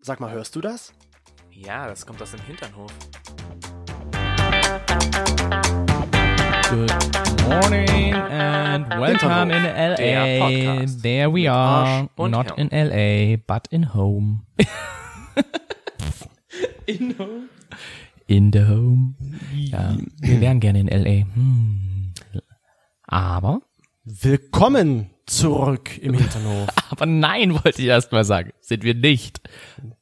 Sag mal, hörst du das? Ja, das kommt aus dem Hinternhof. Good morning and welcome in Der LA. Podcast. There we are. Arsch und Not Hirn. in LA, but in home. In home? In the home. Ja, wir wären gerne in LA. Hm. Aber, Willkommen zurück im Hinternhof. aber nein, wollte ich erst mal sagen. Sind wir nicht.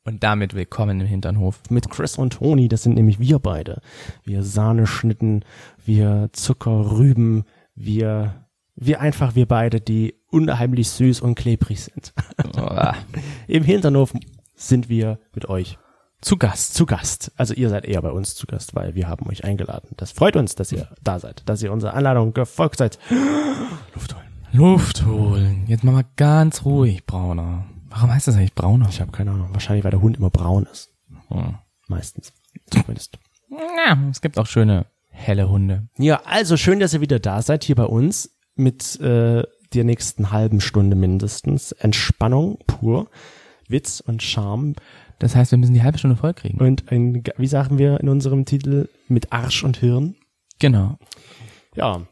Und damit willkommen im Hinternhof. Mit Chris und Toni, das sind nämlich wir beide. Wir Sahneschnitten, wir Zuckerrüben, wir, wir einfach wir beide, die unheimlich süß und klebrig sind. Ah, Im Hinternhof sind wir mit euch Zu Gast. zu Gast. Also ihr seid eher bei uns zu Gast, weil wir haben euch eingeladen. Das freut uns, dass ihr da seid, dass ihr unserer Einladung gefolgt seid. Luft holen. Luft holen. Jetzt mach mal ganz ruhig, Brauner. Warum heißt das eigentlich Brauner? Ich habe keine Ahnung. Wahrscheinlich, weil der Hund immer braun ist. Hm. Meistens. Zumindest. Ja, es gibt auch schöne helle Hunde. Ja, also schön, dass ihr wieder da seid hier bei uns mit äh, der nächsten halben Stunde mindestens. Entspannung pur, Witz und Charme Das heißt, wir müssen die halbe Stunde voll kriegen. und ein, wie sagen wir in unserem Titel, mit Arsch und Hirn. Genau. Ja.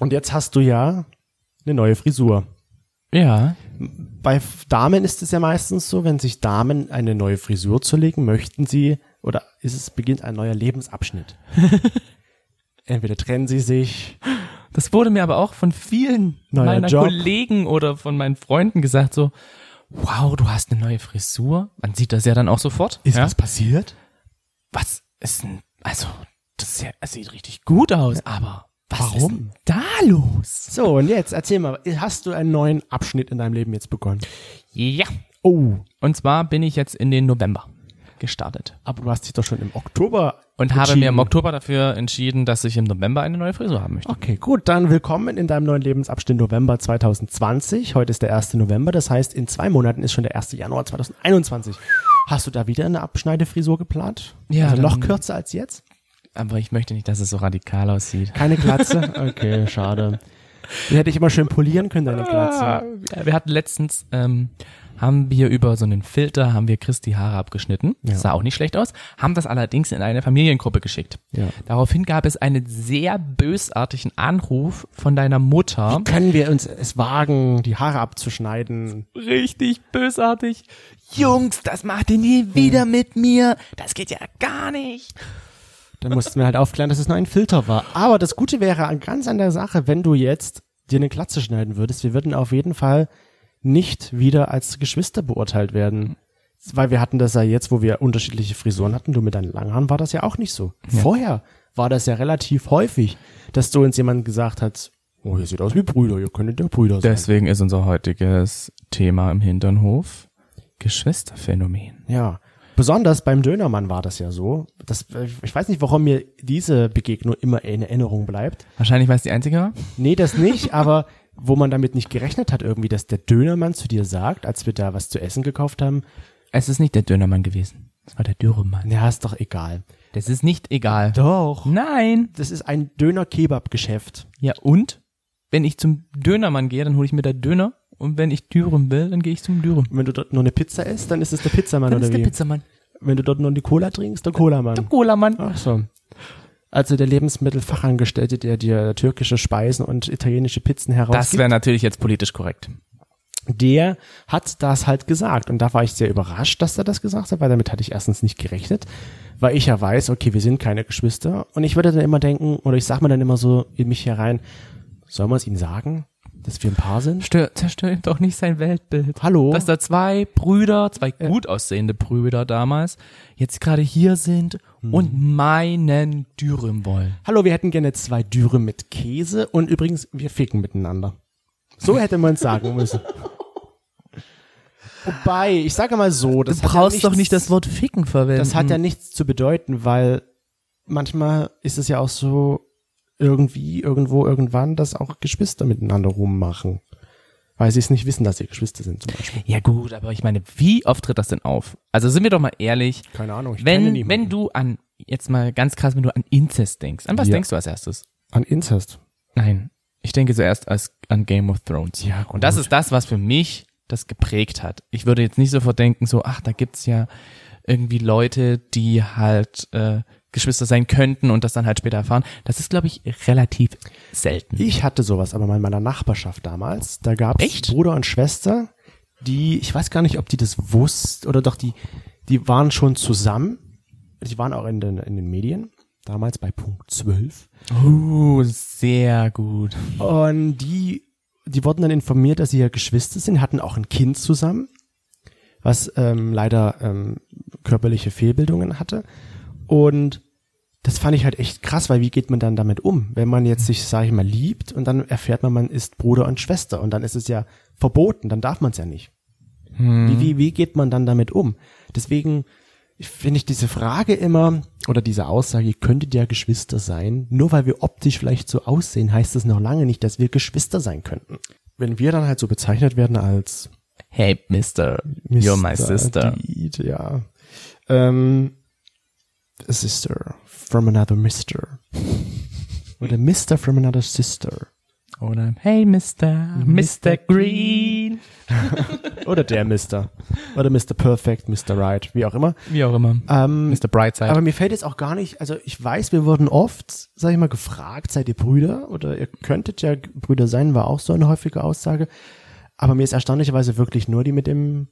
Und jetzt hast du ja eine neue Frisur. Ja, Bei F- Damen ist es ja meistens so, wenn sich Damen eine neue Frisur zulegen, möchten sie oder ist es beginnt ein neuer Lebensabschnitt. Entweder trennen sie sich das wurde mir aber auch von vielen Neuer meiner Job. Kollegen oder von meinen Freunden gesagt so, wow, du hast eine neue Frisur. Man sieht das ja dann auch sofort. ja? passiert? was ist denn, also, das, ist ja, das sieht richtig gut aus, aber was ist Warum? denn da los? So, und jetzt erzähl mal, hast du einen neuen Abschnitt in deinem Leben jetzt begonnen? Ja, Oh, und zwar bin ich jetzt in den November gestartet aber du hast dich doch schon im Oktober. und habe entschieden. mir im Oktober dafür entschieden, dass ich im November eine neue Frisur haben möchte. Okay, gut, dann willkommen in deinem neuen Lebensabschnitt November 2020. Heute ist der 1. November, das heißt, in zwei Monaten ist schon der 1. Januar 2021. Hast du da wieder eine Abschneidefrisur geplant? Ja, Also noch dann- kürzer als jetzt? Aber ich möchte nicht, dass es so radikal aussieht. Keine Glatze? Okay, schade. Die hätte ich immer schön polieren können, deine Glatze. Ja, wir hatten letztens, ähm, haben wir über so einen Filter, haben wir Christi Haare abgeschnitten. Sah auch nicht schlecht aus. Haben das allerdings in eine Familiengruppe geschickt. Ja. Daraufhin gab es einen sehr bösartigen Anruf von deiner Mutter. Können wir uns es wagen, die Haare abzuschneiden? Richtig bösartig. Jungs, das macht ihr nie wieder mit mir. Das geht ja gar nicht. Dann mussten wir halt aufklären, dass es nur ein Filter war. Aber das Gute wäre an- ganz an der Sache, wenn du jetzt dir eine Glatze schneiden würdest. Wir würden auf jeden Fall nicht wieder als Geschwister beurteilt werden. Weil wir hatten das ja jetzt, wo wir unterschiedliche Frisuren hatten. Du mit deinen langen Haaren war das ja auch nicht so. Vorher war das ja relativ häufig, dass du uns jemand gesagt hat, oh, ihr seht aus wie Brüder, ihr könntet ja Brüder sein. Deswegen ist unser heutiges Thema im Hinternhof Geschwisterphänomen. Ja. Besonders beim Dönermann war das ja so. Das, ich weiß nicht, warum mir diese Begegnung immer in Erinnerung bleibt. Wahrscheinlich, weil es die einzige war. Nee, das nicht, aber wo man damit nicht gerechnet hat irgendwie, dass der Dönermann zu dir sagt, als wir da was zu essen gekauft haben, Es ist nicht der Dönermann gewesen. Es war der Dürremann. na, ist doch egal. Das ist nicht egal. Doch. Nein. Das ist ein Döner-Kebab-Geschäft. Ja, und? Wenn ich zum Dönermann gehe, dann hole ich mir da Döner. Und wenn ich Dürüm will, dann gehe ich zum Dürüm. Und wenn du dort nur eine Pizza isst, dann ist es der Pizzamann Dann oder ist wie? der Pizzamann. Wenn du dort nur eine Cola trinkst, der Colamann. Cola-Mann. Ach so. Also der Lebensmittelfachangestellte, der dir türkische Speisen und italienische Pizzen Das herausgibt, wäre natürlich jetzt politisch korrekt. der hat das halt gesagt. Und da war ich sehr überrascht, dass er das gesagt hat, weil damit hatte ich erstens nicht gerechnet, weil ich ja weiß, okay, wir sind keine Geschwister. Und ich würde dann immer denken, oder ich sag mir dann immer so in mich herein, sollen wir es ihm sagen, dass wir ein Paar sind? Stör, zerstör ihm doch nicht sein Weltbild. Hallo? Dass da zwei Brüder, zwei gut aussehende Brüder damals, jetzt gerade hier sind und meinen Dürüm wollen. Hallo, wir hätten gerne zwei Dürre mit Käse und übrigens, wir ficken miteinander. So hätte man es sagen müssen. Wobei, ich sage mal so, das Du hat brauchst ja doch nicht nichts- das Wort ficken verwenden. Das hat ja nichts zu bedeuten, weil manchmal ist es ja auch so irgendwie, irgendwo, irgendwann, dass auch Geschwister miteinander rummachen. Weil sie es nicht wissen, dass sie Geschwister sind zum Beispiel. Ja gut, aber ich meine, wie oft tritt das denn auf? Also sind wir doch mal ehrlich. Keine Ahnung, ich kenne Wenn, niemanden. wenn du an, jetzt mal ganz krass, wenn du an Inzest denkst, an was Ja. denkst du als erstes? An Inzest. Nein, ich denke zuerst als, an Game of Thrones. Ja, Und das ist das, was für mich das geprägt hat. Ich würde jetzt nicht sofort denken, so, ach, da gibt's ja irgendwie Leute, die halt äh, Geschwister sein könnten und das dann halt später erfahren. Das ist, glaube ich, relativ selten. Ich hatte sowas aber mal in meiner Nachbarschaft damals. Da gab's Echt? Bruder und Schwester, die, ich weiß gar nicht, ob die das wussten oder doch, die, die waren schon zusammen. Die waren auch in den, in den Medien, damals bei Punkt 12. Uh, sehr gut. Und die, die wurden dann informiert, dass sie ja Geschwister sind, hatten auch ein Kind zusammen, was ähm, leider ähm, körperliche Fehlbildungen hatte. Und das fand ich halt echt krass, weil wie geht man dann damit um, wenn man jetzt sich, sage ich mal, liebt und dann erfährt man, man ist Bruder und Schwester und dann ist es ja verboten, dann darf man es ja nicht. Wie, wie, wie geht man dann damit um? Deswegen ich finde ich diese Frage immer oder diese Aussage, ihr könntet ja Geschwister sein, nur weil wir optisch vielleicht so aussehen, heißt es noch lange nicht, dass wir Geschwister sein könnten. Wenn wir dann halt so bezeichnet werden als Hey, Mister, you're my Mr. sister. Deed, ja. Ähm, sister from another mister. Oder Mister from another sister. Oder Hey, Mister, Mr. Green. Oder der Mister. Oder Mr. Perfect, Mr. Right, wie auch immer. Wie auch immer. Ähm, Mr. Brightside. Aber mir fällt jetzt auch gar nicht, also ich weiß, wir wurden oft, sag ich mal, gefragt, seid ihr Brüder oder ihr könntet ja Brüder sein, war auch so eine häufige Aussage. Aber mir ist erstaunlicherweise wirklich nur die mit dem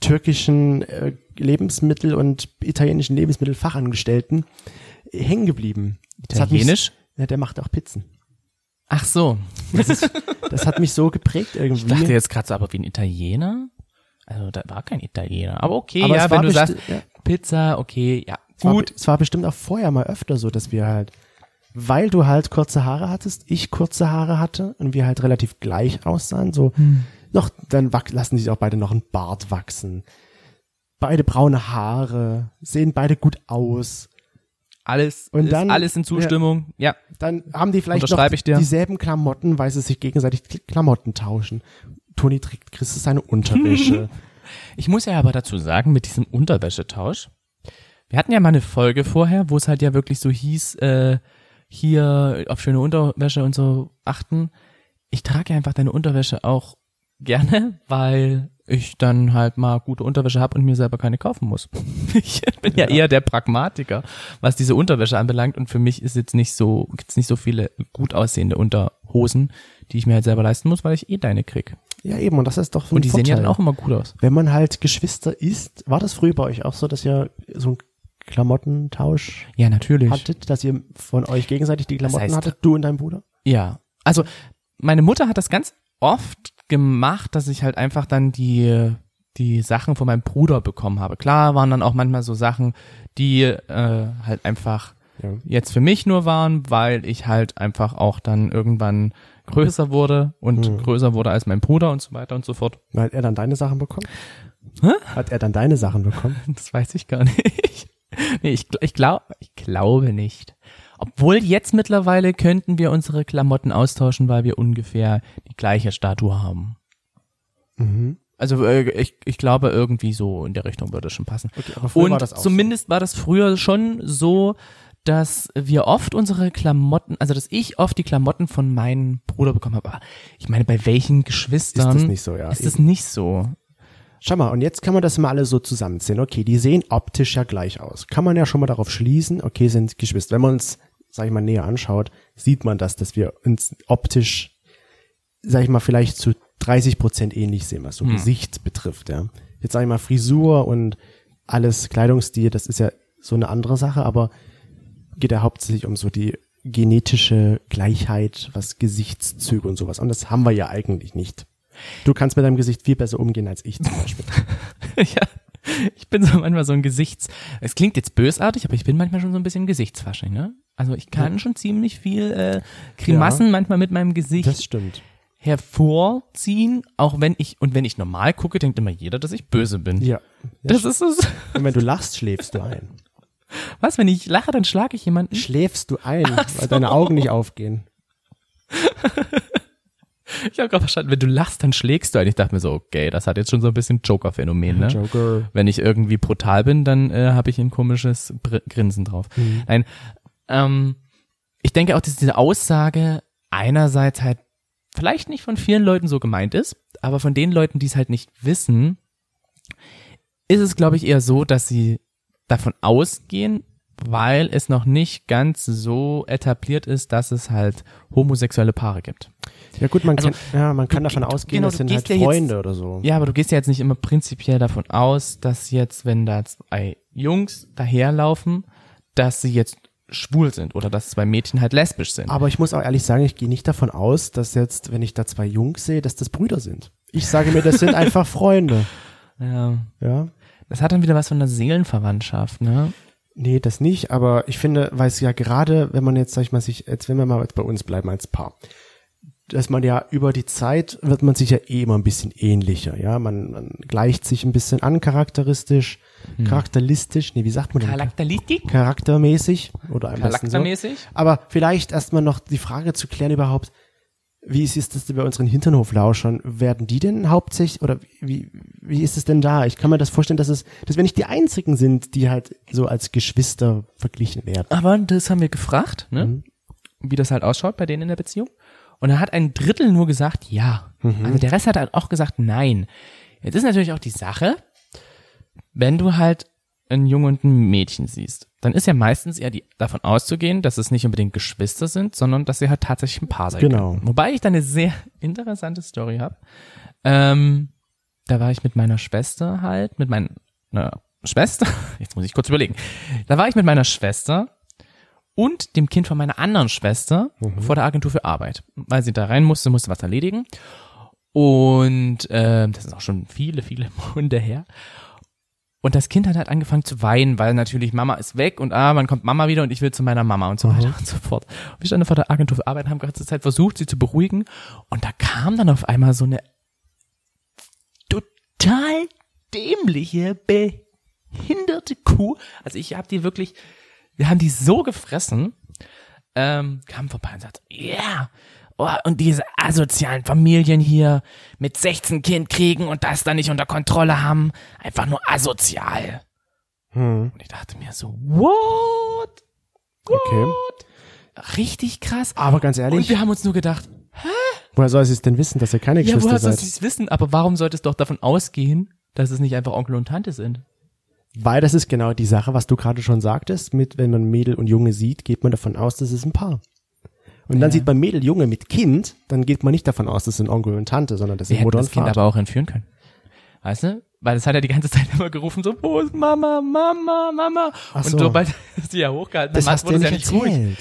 türkischen äh, Lebensmittel und italienischen Lebensmittelfachangestellten äh, hängen geblieben. Das hat mich- Italienisch? Ja, der macht auch Pizzen. Ach so. Das hat mich so geprägt irgendwie. Ich dachte jetzt gerade so, aber wie ein Italiener? Also da war kein Italiener. Aber okay, Aber ja, es wenn war du besti- sagst, ja. Pizza, okay, ja, Gut. gut. Es war bestimmt auch vorher mal öfter so, dass wir halt, weil du halt kurze Haare hattest, ich kurze Haare hatte und wir halt relativ gleich aussahen, so Hm. noch, dann wach- lassen sich auch beide noch einen Bart wachsen. Beide braune Haare, sehen beide gut aus. Alles, Und ist dann- alles in Zustimmung. Ja, Dann haben die vielleicht noch Unterschreibe ich dir. dieselben Klamotten, weil sie sich gegenseitig Kl- Klamotten tauschen. Toni trägt Chris seine Unterwäsche. Ich muss ja aber dazu sagen, mit diesem Unterwäschetausch, wir hatten ja mal eine Folge vorher, wo es halt ja wirklich so hieß, äh, hier auf schöne Unterwäsche und so achten. Ich trage ja einfach deine Unterwäsche auch gerne, weil ich dann halt mal gute Unterwäsche habe und mir selber keine kaufen muss. Ich bin ja, eher der Pragmatiker, was diese Unterwäsche anbelangt und für mich ist jetzt nicht so, gibt's nicht so viele gut aussehende Unterhosen, die ich mir halt selber leisten muss, weil ich eh deine krieg. ja eben, und das ist doch so ein Und die Vorteil. sehen ja dann auch immer gut aus. Wenn man halt Geschwister ist, war das früher bei euch auch so, dass ihr so einen Klamottentausch Ja, natürlich. hattet, dass ihr von euch gegenseitig die Klamotten heißt- hattet, du und dein Bruder? Ja. Also, meine Mutter hat das ganz oft gemacht, dass ich halt einfach dann die, die Sachen von meinem Bruder bekommen habe. Klar waren dann auch manchmal so Sachen, die äh, halt einfach Ja. jetzt für mich nur waren, weil ich halt einfach auch dann irgendwann größer wurde und größer wurde als mein Bruder und so weiter und so fort. Hat er dann deine Sachen bekommen? Hat er dann deine Sachen bekommen? Das weiß ich gar nicht. Nee, ich, gl- ich, glaub, ich glaube nicht. Obwohl jetzt mittlerweile könnten wir unsere Klamotten austauschen, weil wir ungefähr die gleiche Statue haben. Mhm. Also äh, ich, ich glaube irgendwie so in der Richtung würde es schon passen. aber früher Und war das auch so. zumindest war das früher schon so, dass wir oft unsere Klamotten, also dass ich oft die Klamotten von meinem Bruder bekommen habe. Aber ich meine, bei welchen Geschwistern Ist das nicht so, ja, Ist das nicht so? Schau mal, und jetzt kann man das mal alle so zusammenziehen. Okay, die sehen optisch ja gleich aus. Kann man ja schon mal darauf schließen, okay, sind Geschwister. Wenn man uns, sag ich mal, näher anschaut, sieht man das, dass wir uns optisch, sag ich mal, vielleicht zu 30 Prozent ähnlich sehen, was so Gesicht betrifft, ja. Jetzt sag ich mal, Frisur und alles Kleidungsstil, das ist ja so eine andere Sache, aber geht ja hauptsächlich um so die genetische Gleichheit, was Gesichtszüge und sowas. Und das haben wir ja eigentlich nicht. Du kannst mit deinem Gesicht viel besser umgehen als ich zum Beispiel. ja, ich bin so manchmal so ein Gesichts. Es klingt jetzt bösartig, aber ich bin manchmal schon so ein bisschen Gesichtsfasching, ne? Also ich kann schon ziemlich viel äh, Grimassen manchmal mit meinem Gesicht Das stimmt. hervorziehen, auch wenn ich, und wenn ich normal gucke, denkt immer jeder, dass ich böse bin. Ja. Das ist es. Und wenn du lachst, schläfst du ein. Was, wenn ich lache, dann schlage ich jemanden? Schläfst du ein, weil deine Augen nicht aufgehen. Ich habe gerade verstanden, wenn du lachst, dann schlägst du einen. Ich dachte mir so, okay, das hat jetzt schon so ein bisschen Joker-Phänomen, ne? Joker. Wenn ich irgendwie brutal bin, dann äh, habe ich ein komisches Br Grinsen drauf. Nein, ähm, ich denke auch, dass diese Aussage einerseits halt vielleicht nicht von vielen Leuten so gemeint ist, aber von den Leuten, die es halt nicht wissen, ist es, glaube ich, eher so, dass sie davon ausgehen, weil es noch nicht ganz so etabliert ist, dass es halt homosexuelle Paare gibt. Ja gut, man Also, kann, ja, man kann du- davon du- ausgehen, genau, das du sind halt gehst ja jetzt- Freunde oder so. Ja, aber du gehst ja jetzt nicht immer prinzipiell davon aus, dass jetzt, wenn da zwei Jungs daherlaufen, dass sie jetzt schwul sind oder dass zwei Mädchen halt lesbisch sind. Aber ich muss auch ehrlich sagen, ich gehe nicht davon aus, dass jetzt, wenn ich da zwei Jungs sehe, dass das Brüder sind. Ich sage mir, das sind einfach Freunde. ja. Ja. Das hat dann wieder was von einer Seelenverwandtschaft, ne? Nee, das nicht, aber ich finde, weil es ja gerade, wenn man jetzt, sag ich mal, sich, jetzt wenn wir mal jetzt bei uns bleiben als Paar, dass man ja über die Zeit wird man sich ja eh immer ein bisschen ähnlicher, ja, man, man gleicht sich ein bisschen an charakteristisch, charakteristisch, nee, wie sagt man denn? Charakteristik? charaktermäßig oder am besten so. Charaktermäßig? Aber vielleicht erstmal noch die Frage zu klären überhaupt, wie ist es das denn bei unseren Hinternhoflauschern? Werden die denn hauptsächlich oder wie, wie ist es denn da? Ich kann mir das vorstellen, dass es, dass wir nicht die einzigen sind, die halt so als Geschwister verglichen werden. Aber das haben wir gefragt, ne? Wie das halt ausschaut bei denen in der Beziehung. Und da hat ein Drittel nur gesagt, ja. Also der Rest hat halt auch gesagt, nein. Jetzt ist natürlich auch die Sache, wenn du halt einen Jungen und ein Mädchen siehst, dann ist ja meistens eher die, davon auszugehen, dass es nicht unbedingt Geschwister sind, sondern dass sie halt tatsächlich ein Paar sein Genau. können. Wobei ich da eine sehr interessante Story habe. Ähm, da war ich mit meiner Schwester halt, mit meiner Schwester, jetzt muss ich kurz überlegen, da war ich mit meiner Schwester und dem Kind von meiner anderen Schwester vor der Agentur für Arbeit, weil sie da rein musste, musste was erledigen. Und ähm, das ist auch schon viele, viele Monate her. Und das Kind hat halt angefangen zu weinen, weil natürlich Mama ist weg und ah, wann kommt Mama wieder und ich will zu meiner Mama und so weiter und so fort. Und wir standen vor der Agentur für Arbeit und haben die ganze Zeit versucht, sie zu beruhigen. Und da kam dann auf einmal so eine total dämliche, behinderte Kuh. Also ich habe die wirklich, wir haben die so gefressen, ähm, kam vorbei und sagt, ja, yeah. oh, und diese asozialen Familien hier mit 16 Kind kriegen und das dann nicht unter Kontrolle haben, einfach nur asozial. Hm, Und ich dachte mir so, what? okay. Richtig krass. Aber ganz Und ehrlich, wir haben uns nur gedacht, woher soll sie es denn wissen, dass ihr keine ja, Geschwister woher sollst du seid? es wissen? Aber warum solltest du doch davon ausgehen, dass es nicht einfach Onkel und Tante sind? Weil das ist genau die Sache, was du gerade schon sagtest, mit wenn man Mädel und Junge sieht, geht man davon aus, das ist ein Paar. Und dann sieht man Mädel, Junge mit Kind, dann geht man nicht davon aus, das sind Onkel und Tante, sondern das Wir sind hätten Mutter das und Kind Vater. aber auch entführen können. Weißt du? Weil es hat ja die ganze Zeit immer gerufen, so, wo ist Mama, Mama, Mama? Ach und so. sobald sie ja hochgehalten Das hat, hast du wurde ja es nicht ja nicht ruhig. erzählt.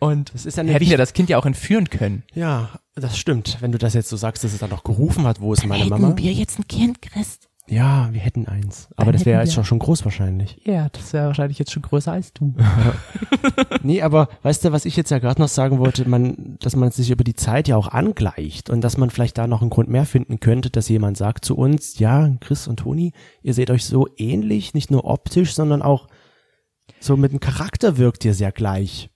Und Das ist ja eine hätten wicht- wir das Kind ja auch entführen können. Ja, das stimmt. Wenn du das jetzt so sagst, dass es dann noch gerufen hat, wo ist meine Mama? wir jetzt ein Kind, Chris? Ja, wir hätten eins. Aber das hätten wäre jetzt wir- auch schon groß wahrscheinlich. Ja, das wäre wahrscheinlich jetzt schon größer als du. Nee, aber weißt du, was ich jetzt ja gerade noch sagen wollte, man, dass man sich über die Zeit ja auch angleicht und dass man vielleicht da noch einen Grund mehr finden könnte, dass jemand sagt zu uns, ja, Chris und Toni, ihr seht euch so ähnlich, nicht nur optisch, sondern auch so mit dem Charakter wirkt ihr sehr gleich.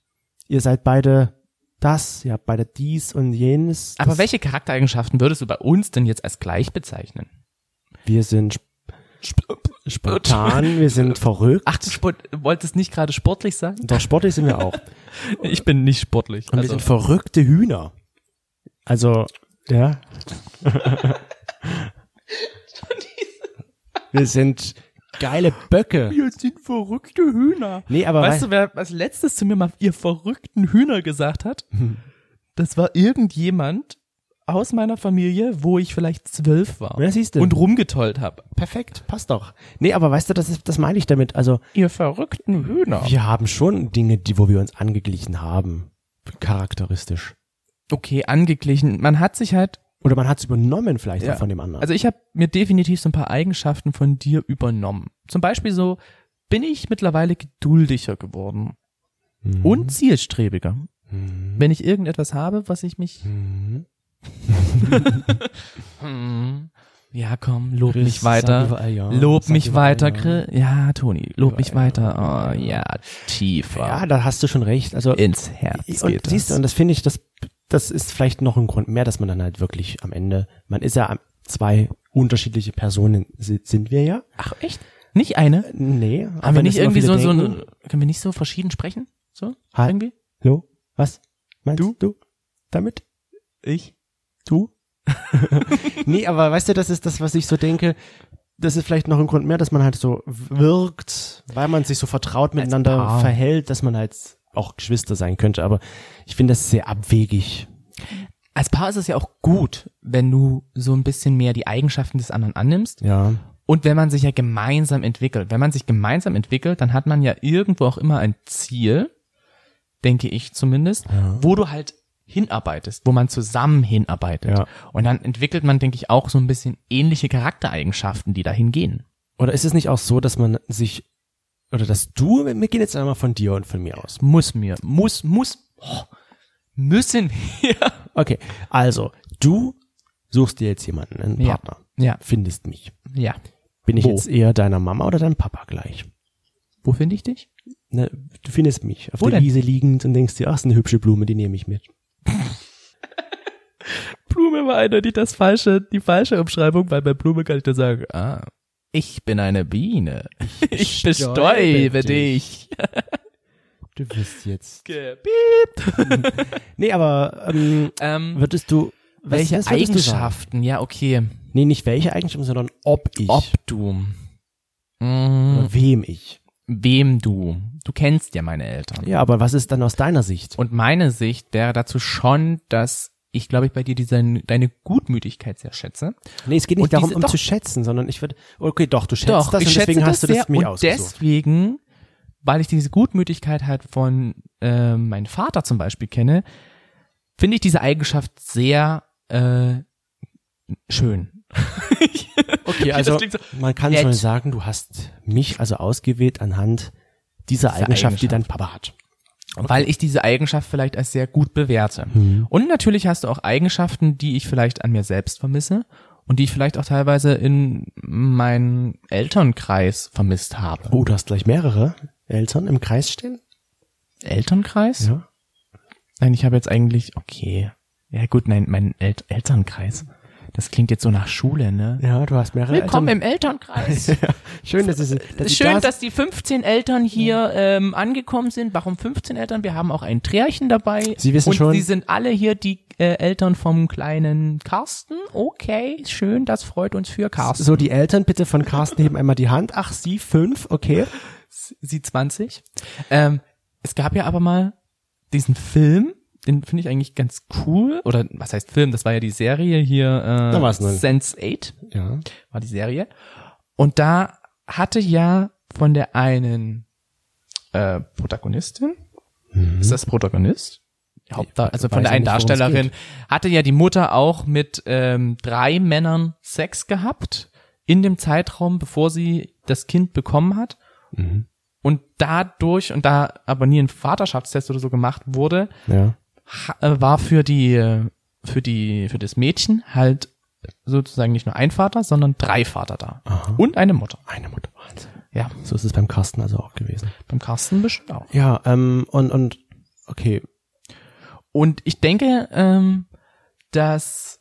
Ihr seid beide das, ihr habt beide dies und jenes. Aber Das- welche Charaktereigenschaften würdest du bei uns denn jetzt als gleich bezeichnen? Wir sind sp spontan, wir sind verrückt. Ach, du Sport, wolltest nicht gerade sportlich sagen? Doch sportlich sind wir auch. Ich bin nicht sportlich. Also, Und wir sind verrückte Hühner. Also, ja. wir sind geile Böcke. wir sind verrückte Hühner. Nee, aber weißt wei- du, wer als letztes zu mir mal ihr verrückten Hühner gesagt hat? Das war irgendjemand aus meiner Familie, wo ich vielleicht zwölf war Ja, siehst du. und rumgetollt habe. perfekt, passt doch. Nee, aber weißt du, das, ist, das meine ich damit. Also, Ihr verrückten Hühner. wir haben schon Dinge, die, wo wir uns angeglichen haben. Charakteristisch. Okay, angeglichen. Man hat sich halt Oder man hat es übernommen vielleicht Ja. auch von dem anderen. Also ich habe mir definitiv so ein paar Eigenschaften von dir übernommen. Zum Beispiel so bin ich mittlerweile geduldiger geworden Mhm. und zielstrebiger. Mhm. Wenn ich irgendetwas habe, was ich mich Mhm. Hm, ja komm, lob Chris, mich sag weiter. überall ja, Lob sag mich überall weiter, ja. Chris. Ja, Toni, lob mich weiter. Oh, Ja, ja, tiefer da hast du schon recht. Also, ins Herz und geht siehst du, das. und das finde ich, das, das ist vielleicht noch ein Grund mehr, dass man dann halt wirklich am Ende, man ist ja am- zwei unterschiedliche Personen si- sind wir ja. Ach echt? Nicht eine? Haben Nee. auch wir Äh, wenn nicht das immer irgendwie so, viele so denken. ein, können wir nicht so verschieden sprechen? So? Halt. Irgendwie? Hallo? Was? Meinst du? Du? Damit? Ich? Du? nee, aber weißt du, das ist das, was ich so denke. Das ist vielleicht noch ein Grund mehr, dass man halt so wirkt, weil man sich so vertraut miteinander Paar. verhält, dass man halt auch Geschwister sein könnte. Aber ich finde das sehr abwegig. Als Paar ist es ja auch gut, wenn du so ein bisschen mehr die Eigenschaften des anderen annimmst Ja. und wenn man sich ja gemeinsam entwickelt. Wenn man sich gemeinsam entwickelt, dann hat man ja irgendwo auch immer ein Ziel, denke ich zumindest, wo du halt hinarbeitest, wo man zusammen hinarbeitet. Ja. Und dann entwickelt man, denke ich, auch so ein bisschen ähnliche Charaktereigenschaften, die dahin gehen. Oder ist es nicht auch so, dass man sich oder dass du, wir gehen jetzt einmal von dir und von mir aus. Muss mir, muss, muss, oh, müssen wir. Okay, also du suchst dir jetzt jemanden, einen Ja. Partner, Ja, findest mich. ja. Bin ich Wo? jetzt eher deiner Mama oder deinem Papa gleich? Wo finde ich dich? Ne, du findest mich auf Wo der denn? Wiese liegend und denkst dir, ach, ist eine hübsche Blume, die nehme ich mit. Blume war eindeutig das falsche, die falsche Umschreibung, weil bei Blume kann ich da sagen, ah, ich bin eine Biene. Ich bestäube dich. Du bist jetzt. Gepiept. Nee, aber ähm, Ähm, würdest du was- welche was würdest du sagen? Eigenschaften? Ja, okay. Nee, nicht welche Eigenschaften, sondern ob ich Ob du. Mm, oder wem ich. wem du. Du kennst ja meine Eltern. Ja, aber was ist dann aus deiner Sicht? Und meine Sicht wäre dazu schon, dass ich, glaube ich, bei dir diese, deine Gutmütigkeit sehr schätze. Nee, es geht Und nicht darum, diese- um doch. zu schätzen, sondern ich würde okay, doch, du schätzt Doch, das ich und deswegen schätze hast du das das sehr mir und ausgesucht. deswegen, weil ich diese Gutmütigkeit halt von äh, meinem Vater zum Beispiel kenne, finde ich diese Eigenschaft sehr äh, schön. Okay, das also klingt so man kann nett. schon sagen, du hast mich also ausgewählt anhand dieser Eigenschaft, die dein Papa hat. Weil ich diese Eigenschaft vielleicht als sehr gut bewerte. Hm. Und natürlich hast du auch Eigenschaften, die ich vielleicht an mir selbst vermisse und die ich vielleicht auch teilweise in meinen Elternkreis vermisst habe. Oh, du hast gleich mehrere Eltern im Kreis stehen? Elternkreis? Nein, ich habe jetzt eigentlich, okay. Ja gut, nein, mein El Elternkreis. Das klingt jetzt so nach Schule, ne? Ja, du hast mehrere Eltern. im Elternkreis. Schön, dass es dass Schön, das, dass die 15 Eltern hier ähm, angekommen sind. Warum 15 Eltern? Wir haben auch ein Trärchen dabei. Sie wissen Und schon- Sie sind alle hier die äh, Eltern vom kleinen Carsten. Okay, schön, das freut uns für Carsten. so die Eltern bitte von Carsten heben einmal die Hand. Ach, sie fünf, okay. sie 20. Ähm, es gab ja aber mal diesen Film, den finde ich eigentlich ganz cool. Oder was heißt Film? Das war ja die Serie hier Da äh, war's nun. Sense 8 Ja. war die Serie. Und da hatte ja von der einen äh, Protagonistin, ist das Protagonist? Hauptda also von Mhm. weiß der ja einen nicht, worum es Darstellerin, hatte ja die Mutter auch mit ähm, drei Männern Sex gehabt in dem Zeitraum, bevor sie das Kind bekommen hat. Mhm. Und dadurch, und da aber nie ein Vaterschaftstest oder so gemacht wurde, Ja. ha- äh, war für die, äh, für die, für das Mädchen halt sozusagen nicht nur ein Vater, sondern drei Vater da. Und eine Mutter. Eine Mutter. Wahnsinn. Ja, So ist es beim Carsten also auch gewesen. beim Carsten bestimmt auch. Ja, ähm, und, und, okay. Und ich denke, ähm, dass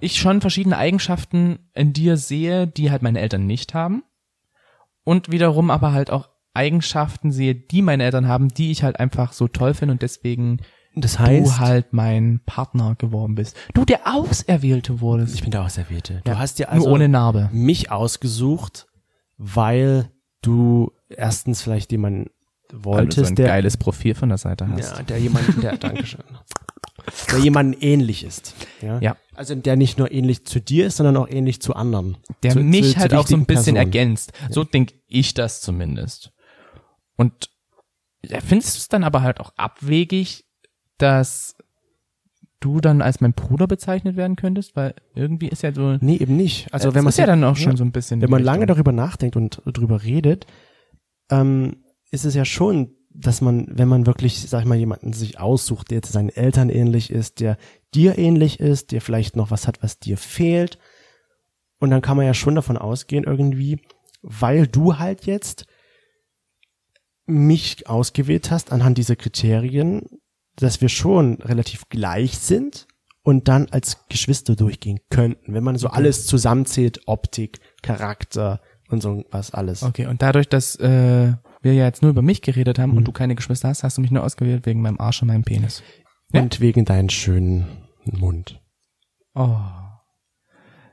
ich schon verschiedene Eigenschaften in dir sehe, die halt meine Eltern nicht haben. Und wiederum aber halt auch Eigenschaften sehe, die meine Eltern haben, die ich halt einfach so toll finde und deswegen Das heißt, du halt mein Partner geworden bist. Du, der Auserwählte wurdest. ich bin der Auserwählte. Du Ja, hast dir also Nur ohne Narbe. mich ausgesucht, weil du erstens vielleicht jemanden wolltest, Weil du so Also ein der, geiles Profil von der Seite hast. ja, der jemanden, der, Dankeschön. Der jemanden ähnlich ist. Ja? Ja. Also der nicht nur ähnlich zu dir ist, sondern auch ähnlich zu anderen. der zu, mich zu, halt zu auch so ein wichtigen bisschen Personen. ergänzt. So denk ich das zumindest. Und ja, findest du es dann aber halt auch abwegig, dass du dann als mein Bruder bezeichnet werden könntest? Weil irgendwie ist ja so, Nee, eben nicht. Also wenn man das ist ja dann auch schon so ein bisschen. wenn man die lange Richtung. darüber nachdenkt und darüber redet, ähm, ist es ja schon, dass man, wenn man wirklich, sag ich mal, jemanden sich aussucht, der jetzt seinen Eltern ähnlich ist, der dir ähnlich ist, der vielleicht noch was hat, was dir fehlt, und dann kann man ja schon davon ausgehen irgendwie, weil du halt jetzt mich ausgewählt hast anhand dieser Kriterien, dass wir schon relativ gleich sind und dann als Geschwister durchgehen könnten, wenn man so alles zusammenzählt, Optik, Charakter und so was alles. Okay, und dadurch, dass äh, wir ja jetzt nur über mich geredet haben und du keine Geschwister hast, hast du mich nur ausgewählt wegen meinem Arsch und meinem Penis. Und wegen deinen schönen Mund. Oh.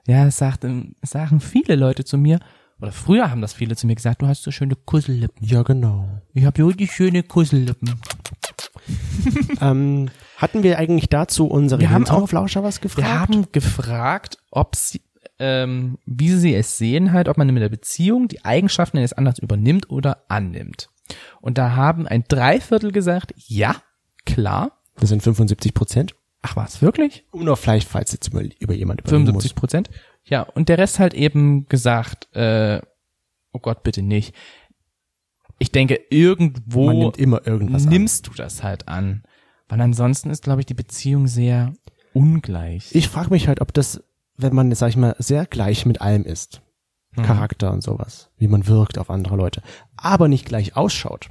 Ja, es sagt, ähm, sagen viele Leute zu mir, oder früher haben das viele zu mir gesagt, du hast so schöne Kussellippen. Ja, genau. Ich habe so die schöne Kussellippen. ähm, hatten wir eigentlich dazu unsere Wir haben Hinterhoflauscher was gefragt? Wir haben gefragt, ob sie, ähm, wie sie es sehen, halt, ob man mit der Beziehung die Eigenschaften eines anderen übernimmt oder annimmt. Und da haben ein Dreiviertel gesagt, ja, klar. Das sind 75 Prozent. Ach was, wirklich? Um noch vielleicht, falls jetzt mal über jemand übernehmen 75 Prozent. Ja, und der Rest halt eben gesagt, äh, oh Gott, bitte nicht. Ich denke, muss. irgendwo Man nimmt immer irgendwas an. nimmst du das halt an. Weil ansonsten ist, glaube ich, die Beziehung sehr ungleich. Ich frage mich halt, ob das, wenn man, sag ich mal, sehr gleich mit allem ist, Mhm. Charakter und sowas, wie man wirkt auf andere Leute, aber nicht gleich ausschaut.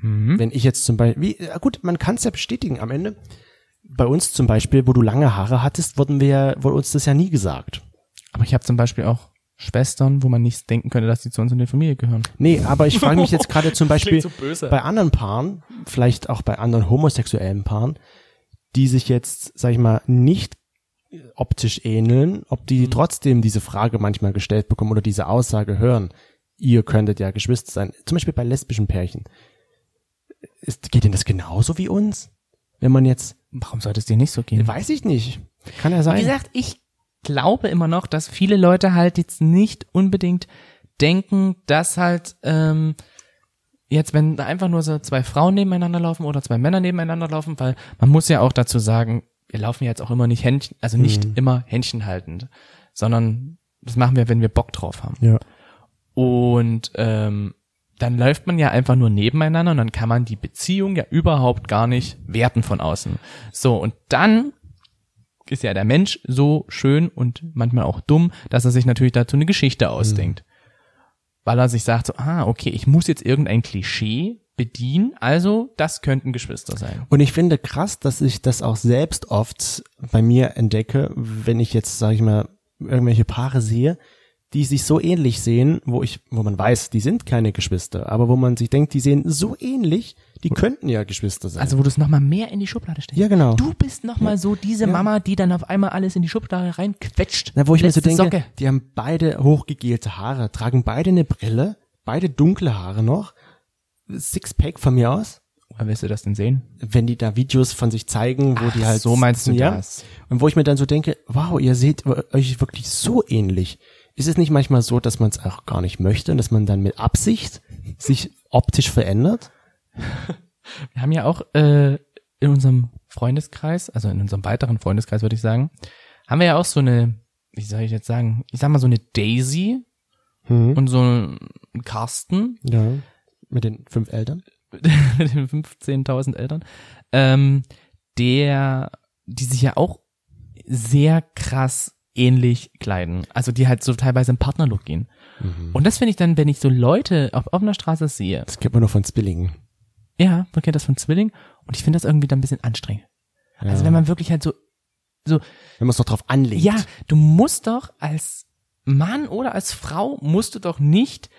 Mhm. Wenn ich jetzt zum Beispiel, wie, ja gut, man kann es ja bestätigen am Ende. Bei uns zum Beispiel, wo du lange Haare hattest, wurden wir ja, wurde uns das ja nie gesagt. Aber ich habe zum Beispiel auch Schwestern, wo man nicht denken könnte, dass die zu uns in der Familie gehören. Nee, aber ich frage mich jetzt gerade zum Beispiel so böse. bei anderen Paaren, vielleicht auch bei anderen homosexuellen Paaren, die sich jetzt, sag ich mal, nicht äh, optisch ähneln, ob Mhm. die trotzdem diese Frage manchmal gestellt bekommen oder diese Aussage hören, ihr könntet ja Geschwister sein. Zum Beispiel bei lesbischen Pärchen. Ist, geht denn das genauso wie uns? Wenn man jetzt, Warum sollte es dir nicht so gehen? weiß ich nicht. Kann ja sein. Wie gesagt, ich glaube immer noch, dass viele Leute halt jetzt nicht unbedingt denken, dass halt ähm, jetzt, wenn einfach nur so zwei Frauen nebeneinander laufen oder zwei Männer nebeneinander laufen, weil man muss ja auch dazu sagen, wir laufen ja jetzt auch immer nicht Händchen, also nicht immer Händchen haltend, sondern das machen wir, wenn wir Bock drauf haben. ja. Und ähm, dann läuft man ja einfach nur nebeneinander und dann kann man die Beziehung ja überhaupt gar nicht werten von außen. So, und dann ist ja der Mensch so schön und manchmal auch dumm, dass er sich natürlich dazu eine Mhm. Geschichte ausdenkt. Weil er sich sagt so, ah, okay, ich muss jetzt irgendein Klischee bedienen, also das könnten Geschwister sein. Und ich finde krass, dass ich das auch selbst oft bei mir entdecke, wenn ich jetzt, sage ich mal, irgendwelche Paare sehe, die sich so ähnlich sehen, wo ich, wo man weiß, die sind keine Geschwister, aber wo man sich denkt, die sehen so ähnlich, die könnten ja Geschwister sein. Also wo du es nochmal mehr in die Schublade steckst. Ja, genau. Du bist nochmal so diese Mama, die dann auf einmal alles in die Schublade reinquetscht. Na, wo ich mir so Letzte denke, Socke. die haben beide hochgegelte Haare, tragen beide eine Brille, beide dunkle Haare noch, Sixpack von mir aus, Woher willst du das denn sehen? wenn die da Videos von sich zeigen, wo Ach, die halt so meinst du ja? das? Und wo ich mir dann so denke, wow, ihr seht e- euch wirklich so ähnlich. Ist es nicht manchmal so, dass man es auch gar nicht möchte und dass man dann mit Absicht sich optisch verändert? Wir haben ja auch äh, in unserem Freundeskreis, also in unserem weiteren Freundeskreis würde ich sagen, haben wir ja auch so eine, wie soll ich jetzt sagen, ich sag mal so eine Daisy und so einen Carsten Ja. Mit den fünf Eltern? mit den 15.000 Eltern, ähm, der, die sich ja auch sehr krass ähnlich kleiden. Also die halt so teilweise im Partnerlook gehen. Und das finde ich dann, wenn ich so Leute auf offener Straße sehe, Das kennt man nur von Spillingen. Ja, man kennt das von Zwilling und ich finde das irgendwie dann ein bisschen anstrengend. Also wenn man wirklich halt so, so, Wenn man es doch drauf anlegt. ja, du musst doch als Mann oder als Frau musst du doch nicht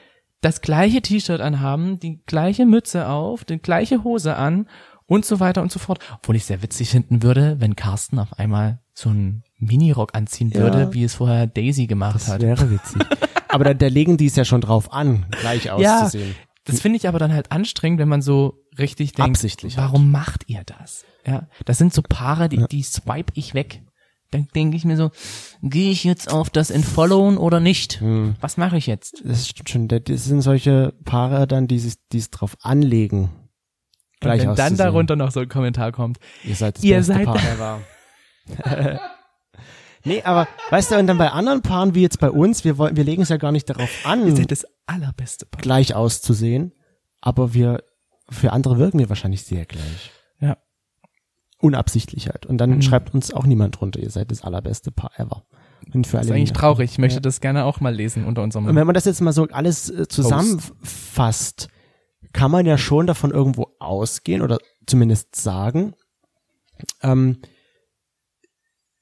das gleiche T-Shirt anhaben, die gleiche Mütze auf, die gleiche Hose an und so weiter und so fort. Obwohl ich sehr witzig finden würde, wenn Carsten auf einmal so einen Minirock anziehen Ja. würde, wie es vorher Daisy gemacht Das hat. wäre witzig. Aber da, da legen die es ja schon drauf an, gleich auszusehen. Das finde ich aber dann halt anstrengend, wenn man so richtig denkt, Absichtlich halt. warum macht ihr das? Ja, das sind so Paare, die, die swipe ich weg. Dann denke ich mir so, gehe ich jetzt auf das Entfollowen oder nicht? Hm. Was mache ich jetzt? Das ist schon, das sind solche Paare dann, die es, die es drauf anlegen. Gleich Und wenn dann auszusehen. darunter noch so ein Kommentar kommt, Ihr seid das Ihr beste seid- Paar ever. nee, aber weißt du, und dann bei anderen Paaren wie jetzt bei uns, wir wollen, wir legen es ja gar nicht darauf ihr an, seid das allerbeste Paar. gleich auszusehen, aber wir für andere wirken wir wahrscheinlich sehr gleich. Ja. Mhm. Unabsichtlich halt. Und dann schreibt uns auch niemand runter, ihr seid das allerbeste Paar ever. Und für Das alle ist eigentlich anderen. traurig. Ich möchte das gerne auch mal lesen unter unserem. Und wenn man das jetzt mal so alles äh, zusammenfasst, kann man ja schon davon irgendwo ausgehen oder zumindest sagen, ähm,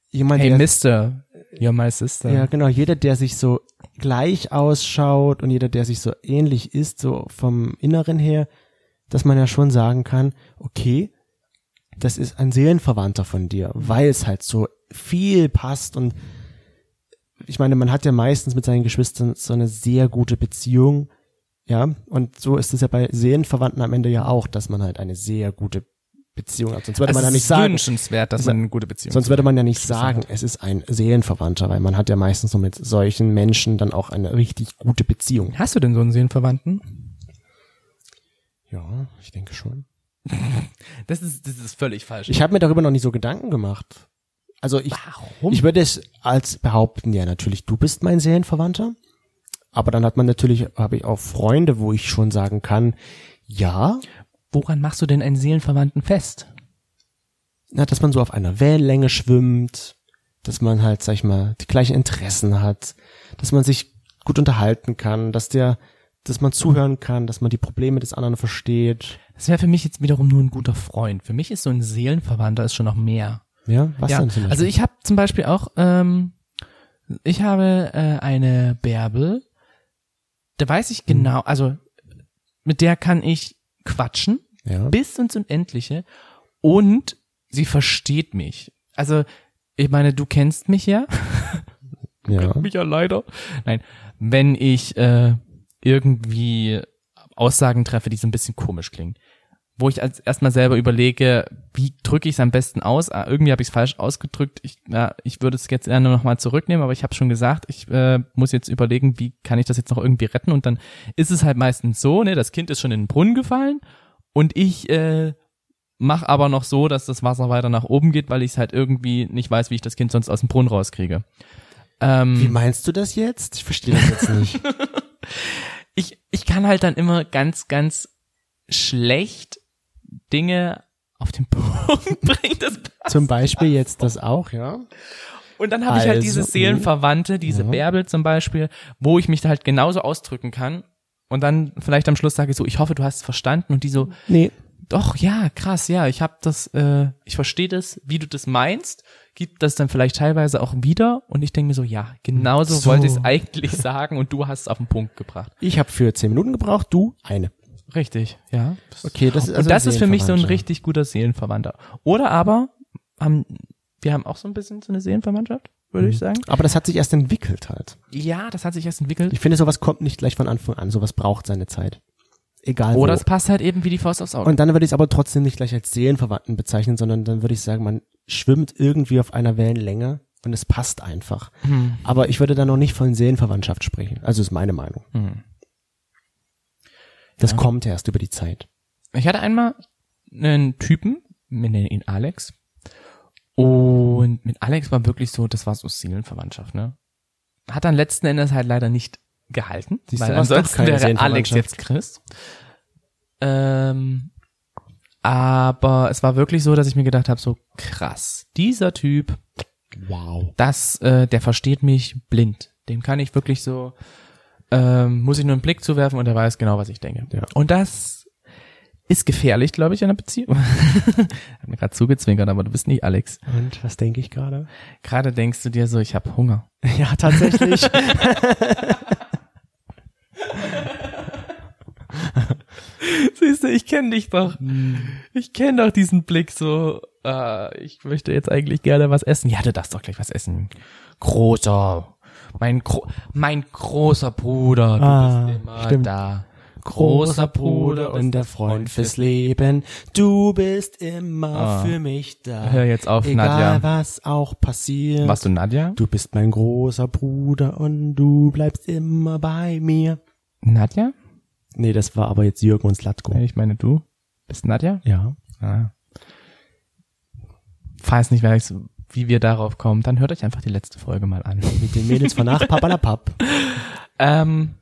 jemand, hey, der, Mister, you're my sister. ja genau, jeder, der sich so gleich ausschaut und jeder, der sich so ähnlich ist, so vom Inneren her, dass man ja schon sagen kann, okay, das ist ein Seelenverwandter von dir, weil es halt so viel passt und ich meine, man hat ja meistens mit seinen Geschwistern so eine sehr gute Beziehung, ja, und so ist es ja bei Seelenverwandten am Ende ja auch, dass man halt eine sehr gute Beziehung hat. Sonst würde Also man ja es nicht ist sagen, wünschenswert, dass Also, man eine gute Beziehung Sonst hat. würde man ja nicht sagen, es ist ein Seelenverwandter, weil man hat ja meistens nur mit solchen Menschen dann auch eine richtig gute Beziehung. Hast du denn so einen Seelenverwandten? Ja, ich denke schon. Das ist, das ist völlig falsch. Ich habe mir darüber noch nicht so Gedanken gemacht. Also ich, Warum? ich würde es als behaupten, ja natürlich, du bist mein Seelenverwandter. Aber dann hat man natürlich, habe ich auch Freunde, wo ich schon sagen kann, ja, Woran machst du denn einen Seelenverwandten fest? na, dass man so auf einer Wellenlänge schwimmt, dass man halt, sag ich mal, die gleichen Interessen hat, dass man sich gut unterhalten kann, dass der, dass man zuhören kann, dass man die Probleme des anderen versteht. Das wäre für mich jetzt wiederum nur ein guter Freund. Für mich ist so ein Seelenverwandter ist schon noch mehr. Ja, was ja, denn zum Beispiel? also ich habe zum Beispiel auch, ähm, ich habe äh, eine Bärbel, da weiß Hm. ich genau, also mit der kann ich quatschen ja. bis ins Unendliche und sie versteht mich. Also ich meine, du kennst mich ja. ja. mich ja leider. Nein, wenn ich äh, irgendwie Aussagen treffe, die so ein bisschen komisch klingen. Wo ich als erstmal selber überlege, wie drücke ich es am besten aus? Ah, irgendwie habe ich es falsch ausgedrückt. Ich, na, ich würde es jetzt gerne nochmal zurücknehmen, aber ich habe schon gesagt, ich äh, muss jetzt überlegen, wie kann ich das jetzt noch irgendwie retten? Und dann ist es halt meistens so, ne, das Kind ist schon in den Brunnen gefallen und ich äh, mache aber noch so, dass das Wasser weiter nach oben geht, weil ich es halt irgendwie nicht weiß, wie ich das Kind sonst aus dem Brunnen rauskriege. Ähm, Wie meinst du das jetzt? Ich verstehe das jetzt nicht. ich, ich kann halt dann immer ganz, ganz schlecht Dinge auf den Punkt bringen. Das Zum Beispiel jetzt das auch, ja. und dann habe ich halt diese Also, Seelenverwandte, diese ja. Bärbel zum Beispiel, wo ich mich da halt genauso ausdrücken kann. Und dann vielleicht am Schluss sage ich so, ich hoffe, du hast es verstanden. Und die so, Nee. doch, ja, krass, ja, ich habe das, äh, ich verstehe das, wie du das meinst, gibt das dann vielleicht teilweise auch wieder. Und ich denke mir so, ja, genauso So. wollte ich es eigentlich sagen und du hast es auf den Punkt gebracht. Ich habe für zehn Minuten gebraucht, du eine. Richtig, ja. Okay, das ist also und das ist für mich so ein Seelenverwandter. richtig guter Seelenverwandter. Oder aber, haben, wir haben auch so ein bisschen so eine Seelenverwandtschaft, würde ich sagen. Aber das hat sich erst entwickelt halt. Mhm. Ja, das hat sich erst entwickelt. Ich finde, sowas kommt nicht gleich von Anfang an. Sowas braucht seine Zeit. Egal Oder wo. es passt halt eben wie die Faust aufs Auge. Und dann würde ich es aber trotzdem nicht gleich als Seelenverwandten bezeichnen, sondern dann würde ich sagen, man schwimmt irgendwie auf einer Wellenlänge und es passt einfach. Aber ich würde da noch nicht von Seelenverwandtschaft sprechen. Also ist meine Meinung. Das kommt erst über die Zeit. Ich hatte einmal einen Typen, wir nennen ihn Alex. Und mit Alex war wirklich so, das war so Seelenverwandtschaft, ne? Hat dann letzten Endes halt leider nicht gehalten, Siehst du, weil war's doch ansonsten keine wäre Alex Seelenverwandtschaft. jetzt Christ. Ähm, aber es war wirklich so, dass ich mir gedacht habe, so krass, dieser Typ, Wow. das, äh, der versteht mich blind. Dem kann ich wirklich so, ähm, muss ich nur einen Blick zuwerfen und er weiß genau, was ich denke. Ja. Und das ist gefährlich, glaube ich, in einer Beziehung. Hat mir gerade zugezwinkert, aber du bist nicht Alex. Und was denke ich gerade? Gerade denkst du dir so, ich habe Hunger. Ja, tatsächlich. Siehst du, ich kenne dich doch. Ich kenne doch diesen Blick so. Äh, ich möchte jetzt eigentlich gerne was essen. Ja, du darfst doch gleich was essen. Großer. Mein, Gro mein großer Bruder, du Ah, bist immer stimmt. da. Großer Bruder und der Freund fürs Leben. Du bist immer Ah. für mich da. Hör jetzt auf, Egal, Nadja. was auch passiert. Warst du Nadja? Du bist mein großer Bruder und du bleibst immer bei mir. Nadja? Nee, das war aber jetzt Jürgen und Slatko. Ich meine, du bist Nadja? Ja. Ah. Falls nicht weiß, wie wir darauf kommen, dann hört euch einfach die letzte Folge mal an. Mit den Mädels von nach Papalapap. Ähm,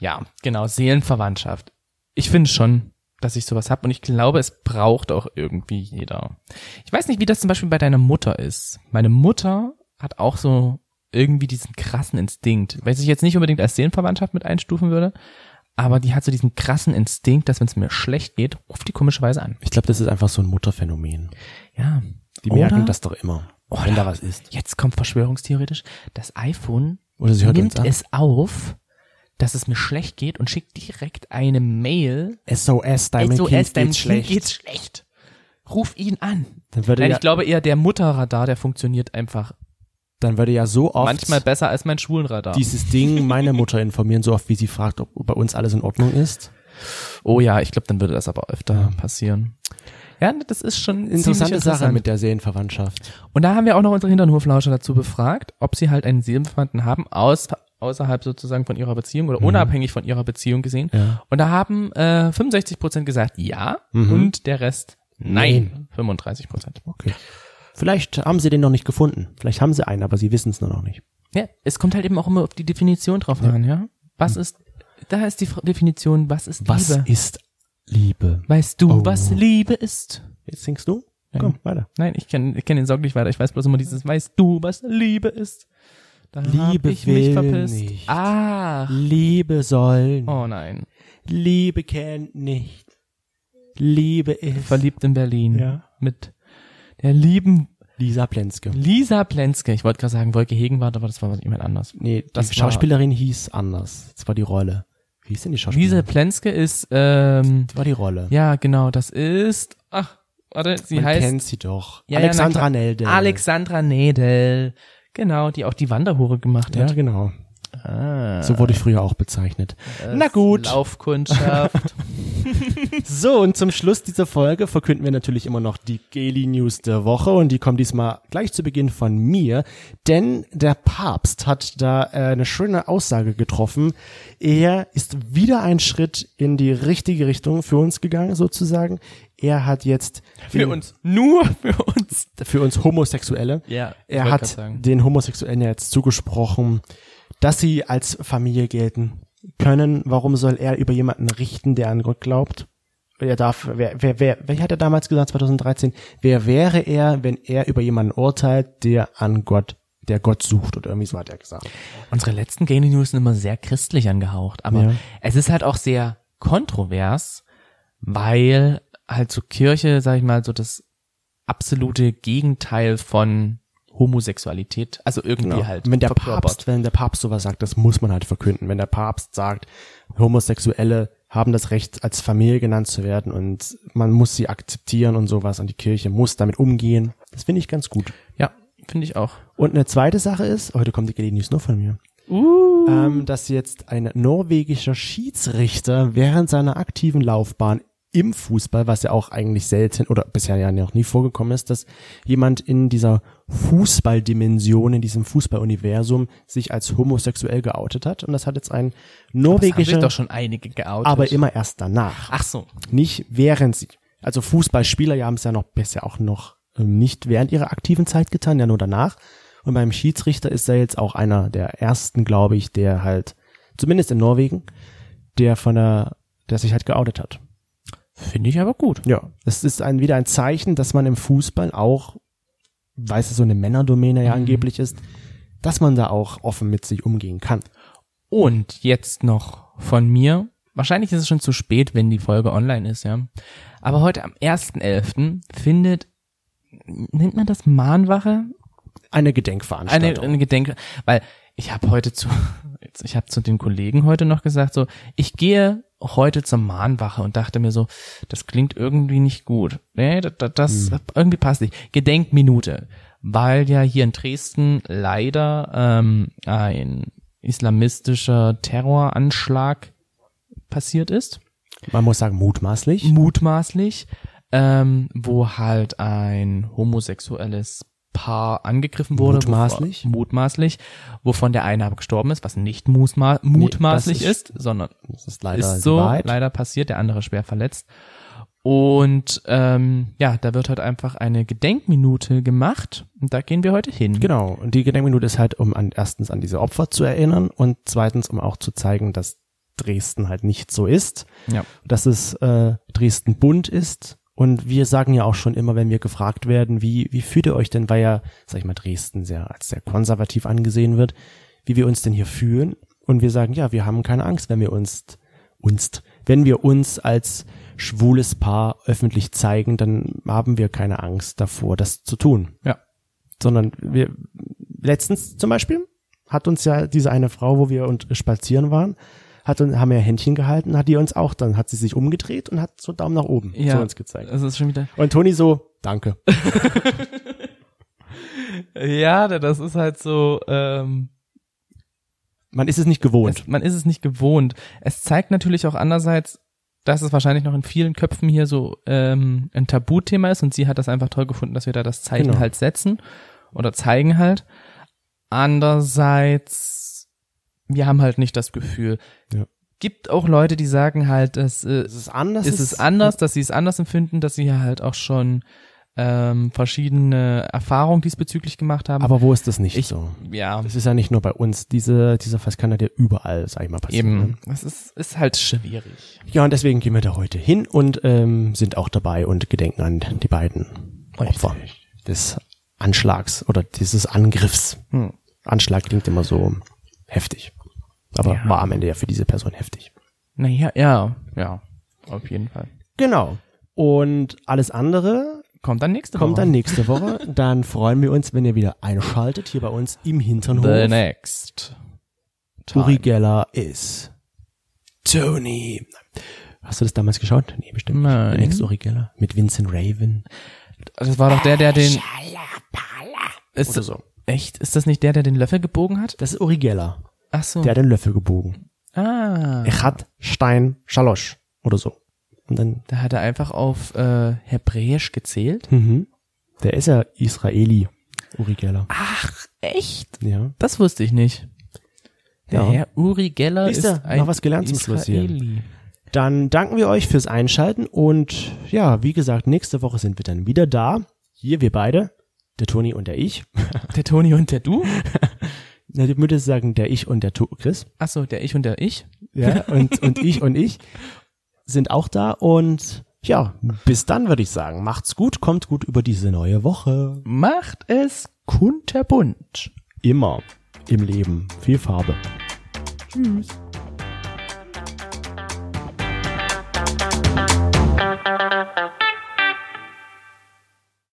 ja, genau, Seelenverwandtschaft. Ich finde schon, dass ich sowas habe und ich glaube, es braucht auch irgendwie jeder. Ich weiß nicht, wie das zum Beispiel bei deiner Mutter ist. Meine Mutter hat auch so irgendwie diesen krassen Instinkt, was ich jetzt nicht unbedingt als Seelenverwandtschaft mit einstufen würde, aber die hat so diesen krassen Instinkt, dass wenn es mir schlecht geht, ruft die komischerweise an. Ich glaube, das ist einfach so ein Mutterphänomen. Ja. Die merken Oder- das doch immer, Oder- wenn da was ist. Jetzt kommt verschwörungstheoretisch, das iPhone Oder sie hört nimmt uns an. es auf, dass es mir schlecht geht und schickt direkt eine Mail SOS, deinem SOS, Kind deinem geht's Kind schlecht. geht's schlecht. ruf ihn an. Dann würde, Nein, ja, ich glaube eher der Mutterradar, der funktioniert einfach dann würde ja so oft manchmal besser als mein Schwulenradar. dieses Ding meine Mutter informieren, so oft wie sie fragt, ob bei uns alles in Ordnung ist. oh ja, ich glaube, dann würde das aber öfter passieren. Ja, ne, das ist schon ziemlich Interessante Sache interessant. mit der Seelenverwandtschaft. Und da haben wir auch noch unsere Hinternhoflauscher dazu befragt, ob sie halt einen Seelenverwandten haben, aus, außerhalb sozusagen von ihrer Beziehung oder unabhängig von ihrer Beziehung gesehen. Mhm. Ja. Und da haben äh, 65 Prozent gesagt ja Mhm. und der Rest nein. Nein. 35 Prozent. Okay. Vielleicht haben sie den noch nicht gefunden. Vielleicht haben sie einen, aber sie wissen es nur noch nicht. Ja, es kommt halt eben auch immer auf die Definition drauf an, ja. Was ist, da ist die Fra- Definition, was ist Mhm. Was Liebe? ist Liebe? weißt du, Oh. was Liebe ist? Jetzt singst du? Nein. Komm, weiter. Nein, ich kenne ich kenn den Song nicht weiter. Ich weiß bloß immer dieses, weißt du, was Liebe ist? Da hab Liebe ich mich will verpisst. nicht. Ach, Liebe soll, oh nein. Liebe kennt nicht. Liebe ist Verliebt in Berlin. Ja. Mit der lieben Lisa Plenske. Lisa Plenske. Ich wollte gerade sagen, Wolke Hegenwart, aber das war was jemand anders. Nee, die Das war- Schauspielerin hieß anders. Das war die Rolle. Wie hieß denn die Lisa Schauspielerin? Plenske ist, ähm, Das war die Rolle. ja genau, das ist, ach, warte, sie Man heißt kennt sie doch. Ja, ja, Alexandra na klar. Nelde. Alexandra Nedel. Genau, die auch die Wanderhure gemacht Ja, hat. genau. Ah, So wurde ich früher auch bezeichnet. Na das gut. Laufkundschaft. So, und zum Schluss dieser Folge verkünden wir natürlich immer noch die Gaily News der Woche und die kommen diesmal gleich zu Beginn von mir, denn der Papst hat da äh, eine schöne Aussage getroffen. Er ist wieder einen Schritt in die richtige Richtung für uns gegangen, sozusagen. Er hat jetzt für uns. Nur für uns. für uns Homosexuelle. Ja, ich er wollt hat grad sagen. den Homosexuellen ja jetzt zugesprochen, dass sie als Familie gelten können. Warum soll er über jemanden richten, der an Gott glaubt? Er darf, wer, wer, wer, wer hat er damals gesagt, 2013? Wer wäre er, wenn er über jemanden urteilt, der an Gott, der Gott sucht oder irgendwie so hat er gesagt. Unsere letzten Game News sind immer sehr christlich angehaucht, aber Ja. es ist halt auch sehr kontrovers, weil halt so Kirche, sag ich mal, so das absolute Gegenteil von Homosexualität, also irgendwie Genau. halt. wenn der verkörpert. Papst, wenn der Papst sowas sagt, das muss man halt verkünden. Wenn der Papst sagt, Homosexuelle haben das Recht, als Familie genannt zu werden und man muss sie akzeptieren und sowas und die Kirche muss damit umgehen. Das finde ich ganz gut. Ja, finde ich auch. Und eine zweite Sache ist, heute kommt die Gelegen News nur von mir, Uh. ähm, dass jetzt ein norwegischer Schiedsrichter während seiner aktiven Laufbahn im Fußball, was ja auch eigentlich selten oder bisher ja noch nie vorgekommen ist, dass jemand in dieser Fußballdimension, in diesem Fußballuniversum sich als homosexuell geoutet hat. Und das hat jetzt ein Das haben sich norwegischer, doch schon einige geoutet. aber immer erst danach Ach so. nicht während sie, also Fußballspieler ja haben es ja noch bisher auch noch ähm, nicht während ihrer aktiven Zeit getan, ja nur danach. Und beim Schiedsrichter ist er jetzt auch einer der ersten, glaube ich, der halt, zumindest in Norwegen, der von der, der sich halt geoutet hat. Finde ich aber gut. Ja. Es ist ein, wieder ein Zeichen, dass man im Fußball auch, weil es so eine Männerdomäne Mhm. ja angeblich ist, dass man da auch offen mit sich umgehen kann. Und jetzt noch von mir. Wahrscheinlich ist es schon zu spät, wenn die Folge online ist, ja. Aber heute am 1.11. findet, nennt man das Mahnwache? Eine Eine, Gedenkveranstaltung. eine Gedenk, weil ich habe heute zu, jetzt, ich habe zu den Kollegen heute noch gesagt, so, ich gehe heute zur Mahnwache und dachte mir so, das klingt irgendwie nicht gut. Nee, das, das, das irgendwie passt nicht. Gedenkminute, weil ja hier in Dresden leider ähm, ein islamistischer Terroranschlag passiert ist man muss sagen, mutmaßlich. mutmaßlich, ähm, wo halt ein homosexuelles Paar angegriffen wurde. Mutmaßlich? Wovon, mutmaßlich, wovon der eine aber gestorben ist, was nicht mutma mutmaßlich Nee, das ist, ist- sondern Das ist leider ist so, weit. leider passiert, der andere schwer verletzt. Und ähm, ja, da wird halt einfach eine Gedenkminute gemacht und da gehen wir heute hin. Genau, und die Gedenkminute ist halt, um an, erstens an diese Opfer zu erinnern und zweitens, um auch zu zeigen, dass Dresden halt nicht so ist, Ja. dass es äh, Dresden bunt ist. Und wir sagen ja auch schon immer, wenn wir gefragt werden, wie, wie fühlt ihr euch denn, weil ja, sag ich mal, Dresden sehr als sehr konservativ angesehen wird, wie wir uns denn hier fühlen. Und wir sagen, ja, wir haben keine Angst, wenn wir uns, uns, wenn wir uns als schwules Paar öffentlich zeigen, dann haben wir keine Angst davor, das zu tun Ja. sondern wir letztens zum Beispiel hat uns ja diese eine Frau, wo wir und spazieren waren, hat und haben ja Händchen gehalten, hat die uns auch, dann hat sie sich umgedreht und hat so Daumen nach oben Ja. zu uns gezeigt. Das ist schon wieder. Und Toni so, danke. Ja, das ist halt so, ähm, Man ist es nicht gewohnt. Es, man ist es nicht gewohnt. Es zeigt natürlich auch andererseits, dass es wahrscheinlich noch in vielen Köpfen hier so ähm, ein Tabuthema ist und sie hat das einfach toll gefunden, dass wir da das Zeichen Genau. halt setzen oder zeigen halt. Andererseits, wir haben halt nicht das Gefühl. Ja. Gibt auch Leute, die sagen halt, es äh, Es ist anders. ist es anders, dass sie es anders empfinden, dass sie ja halt auch schon ähm, verschiedene Erfahrungen diesbezüglich gemacht haben. Aber wo ist das nicht Ich- so? ja, Das ist ja nicht nur bei uns. Diese, dieser Fass kann ja dir überall, sag ich mal, passieren. ne? eben. Es ist, ist halt schwierig. Ja, und deswegen gehen wir da heute hin und ähm, sind auch dabei und gedenken an die beiden Opfer des Anschlags oder dieses Angriffs. Hm. Anschlag klingt immer so heftig. Aber Ja. war am Ende ja für diese Person heftig. Naja, ja, ja, auf jeden Fall. Genau. Und alles andere Kommt dann nächste kommt Woche. dann nächste Woche. Dann freuen wir uns, wenn ihr wieder einschaltet hier bei uns im The Hinternhof. next. Uri Geller ist Tony. Hast du das damals geschaut? Nee, bestimmt. nicht. Nein. Der nächste Uri Geller mit Vincent Raven. Das Also war doch der, der den. Ist Oder das, so. echt? Ist das nicht der, der den Löffel gebogen hat? Das ist Uri Geller. Ach so. Der hat den Löffel gebogen. ah. Er hat Stein, Schalosch oder so. Und dann, Da hat er einfach auf äh, Hebräisch gezählt. mhm. der ist ja Israeli, Uri Geller. Ach, echt? Ja. Das wusste ich nicht. Der Ja. Herr Uri Geller Siehst ist du, noch ein was gelernt zum Schluss hier. Israeli. Dann danken wir euch fürs Einschalten und ja, wie gesagt, nächste Woche sind wir dann wieder da. Hier wir beide, der Toni und der ich. Der Toni und der Du? Na, die Mütter sagen der ich und der Tu- Chris. Ach so, der Ich und der Ich. Ja, und, und ich und ich sind auch da und ja, bis dann würde ich sagen, macht's gut, kommt gut über diese neue Woche. Macht es kunterbunt. Immer im Leben viel Farbe. Tschüss.